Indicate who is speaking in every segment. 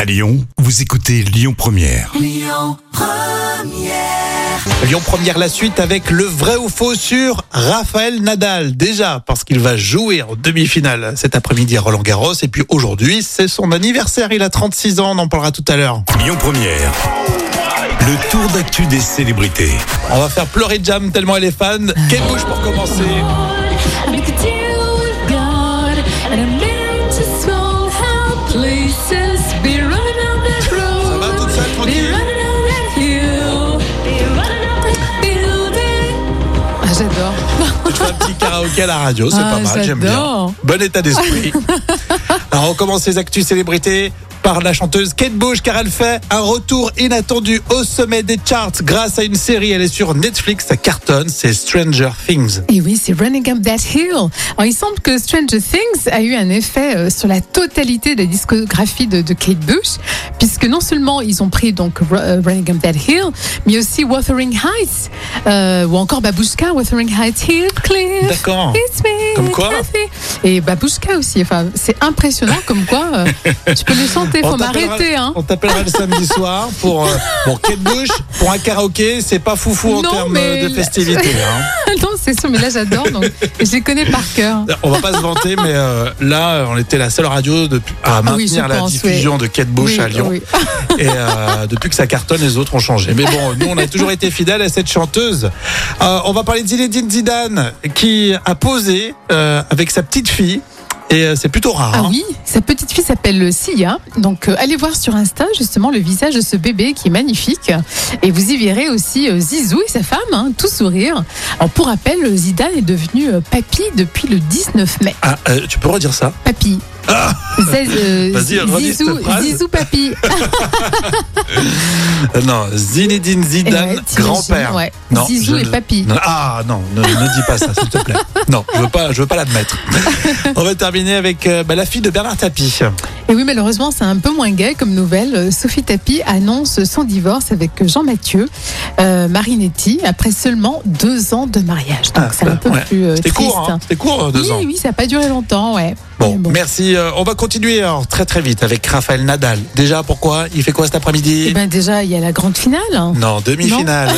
Speaker 1: À Lyon, vous écoutez Lyon Première.
Speaker 2: Lyon Première, la suite avec le vrai ou faux sur Raphaël Nadal. Déjà, parce qu'il va jouer en demi-finale cet après-midi à Roland Garros. Et puis aujourd'hui, c'est son anniversaire. Il a 36 ans. On en parlera tout à l'heure.
Speaker 1: Lyon Première. Le tour d'actu des célébrités.
Speaker 2: On va faire pleurer Jam tellement elle est fan. Quelle bouche pour commencer
Speaker 3: I make a deal with God, and I meant to small help places. Be running on that
Speaker 2: Ça va
Speaker 3: road,
Speaker 2: toute seule,
Speaker 3: be
Speaker 2: tranquille
Speaker 3: running on that hill, be running on that building.
Speaker 4: Ah, J'adore.
Speaker 2: Je fais un petit karaoké à la radio, c'est
Speaker 4: Ah,
Speaker 2: pas mal, j'aime bien.
Speaker 4: j'adore.
Speaker 2: Bon état d'esprit. Alors on commence les actus célébrités par la chanteuse Kate Bush car elle fait un retour inattendu au sommet des charts grâce à une série. Elle est sur Netflix, ça cartonne, c'est Stranger Things.
Speaker 4: Et oui, c'est Running Up That Hill. Alors, il semble que Stranger Things a eu un effet euh, sur la totalité de la discographie de, de Kate Bush, puisque non seulement ils ont pris donc Ru- euh, Running Up That Hill, mais aussi Wuthering Heights, euh, ou encore Babushka, Wuthering Heights, Hill Cliff.
Speaker 2: D'accord.
Speaker 4: It's me,
Speaker 2: Comme quoi
Speaker 4: Kathy. Et Babushka aussi. Enfin, c'est impressionnant comme quoi euh, tu peux les chanter. Faut
Speaker 2: t'appellera-
Speaker 4: m'arrêter. Hein.
Speaker 2: on t'appellera le samedi soir pour euh, bon Kate Bush pour un karaoké, c'est pas foufou en
Speaker 4: Non,
Speaker 2: termes
Speaker 4: mais
Speaker 2: euh, de
Speaker 4: la-
Speaker 2: festivité. hein.
Speaker 4: non, c'est sûr, mais là j'adore. Donc, je les connais par cœur.
Speaker 2: On va pas se vanter, mais euh, là, euh, on était la seule radio de- à
Speaker 4: Ah oui, je
Speaker 2: maintenir la
Speaker 4: pense,
Speaker 2: diffusion de Kate Bush
Speaker 4: Oui,
Speaker 2: à Lyon.
Speaker 4: oui.
Speaker 2: Et euh, depuis que ça cartonne, les autres ont changé. Mais bon, nous, on a toujours été fidèles à cette chanteuse. Euh, on va parler de Zinedine Zidane, qui a posé euh, avec sa petite fille. Et euh, c'est plutôt rare.
Speaker 4: Ah
Speaker 2: hein.
Speaker 4: oui, sa petite fille s'appelle Sia. Donc euh, allez voir sur Insta justement le visage de ce bébé qui est magnifique. Et vous y verrez aussi euh, Zizou et sa femme, hein, tout sourire. Alors pour rappel, Zidane est devenu euh, papy depuis le 19 mai.
Speaker 2: Ah, euh, tu peux redire ça
Speaker 4: Papy. Zez- euh,
Speaker 2: Ah Vas-y, redis cette
Speaker 4: Zizou,
Speaker 2: phrase.
Speaker 4: Zizou papy.
Speaker 2: Euh, Non, Zinedine Zidane,
Speaker 4: Ouais, Eh ben, t'imagines,
Speaker 2: grand-père.
Speaker 4: ouais.
Speaker 2: Non,
Speaker 4: Zizou
Speaker 2: je-
Speaker 4: et papy.
Speaker 2: Non, Ah non, ne, ne dis pas ça, s'il te plaît. Non, je veux pas, je veux pas l'admettre. On va terminer avec euh, bah, la fille de Bernard Tapie.
Speaker 4: Et oui, malheureusement, c'est un peu moins gay comme nouvelle. Euh, Sophie Tapie annonce son divorce avec Jean Mathieu euh, Marinetti après seulement deux ans de mariage. Donc
Speaker 2: Ah,
Speaker 4: c'est un peu
Speaker 2: ouais.
Speaker 4: plus euh,
Speaker 2: C'était
Speaker 4: triste.
Speaker 2: court, hein, c'était court, deux
Speaker 4: oui,
Speaker 2: ans.
Speaker 4: oui, ça n'a pas duré longtemps, ouais.
Speaker 2: Bon,
Speaker 4: Mais bon.
Speaker 2: merci. euh, on va continuer alors, très très vite avec Raphaël Nadal. Déjà, pourquoi Il fait quoi cet
Speaker 4: Eh
Speaker 2: après-midi
Speaker 4: ben déjà, il y a la grande finale. hein.
Speaker 2: Non, demi-finale.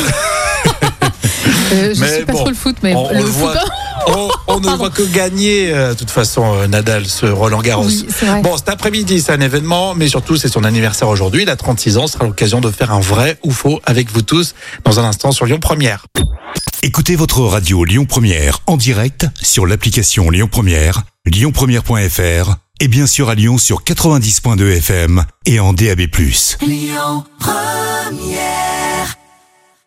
Speaker 4: Euh, je ne
Speaker 2: Mais
Speaker 4: suis pas
Speaker 2: bon,
Speaker 4: trop le foot, mais
Speaker 2: on, on
Speaker 4: le
Speaker 2: le voit.
Speaker 4: foot-
Speaker 2: On, on ne
Speaker 4: Pardon.
Speaker 2: voit que gagner, euh, de toute façon, euh, Nadal, ce Roland Garros.
Speaker 4: Oui, c'est vrai.
Speaker 2: Bon, cet après-midi, c'est un événement, mais surtout, c'est son anniversaire aujourd'hui. Il a 36 ans, ce sera l'occasion de faire un vrai ou faux avec vous tous dans un instant sur Lyon Première.
Speaker 1: Écoutez votre radio Lyon Première en direct sur l'application Lyon Première, lyonpremière.fr et bien sûr à Lyon sur 90.2 FM et en DAB+.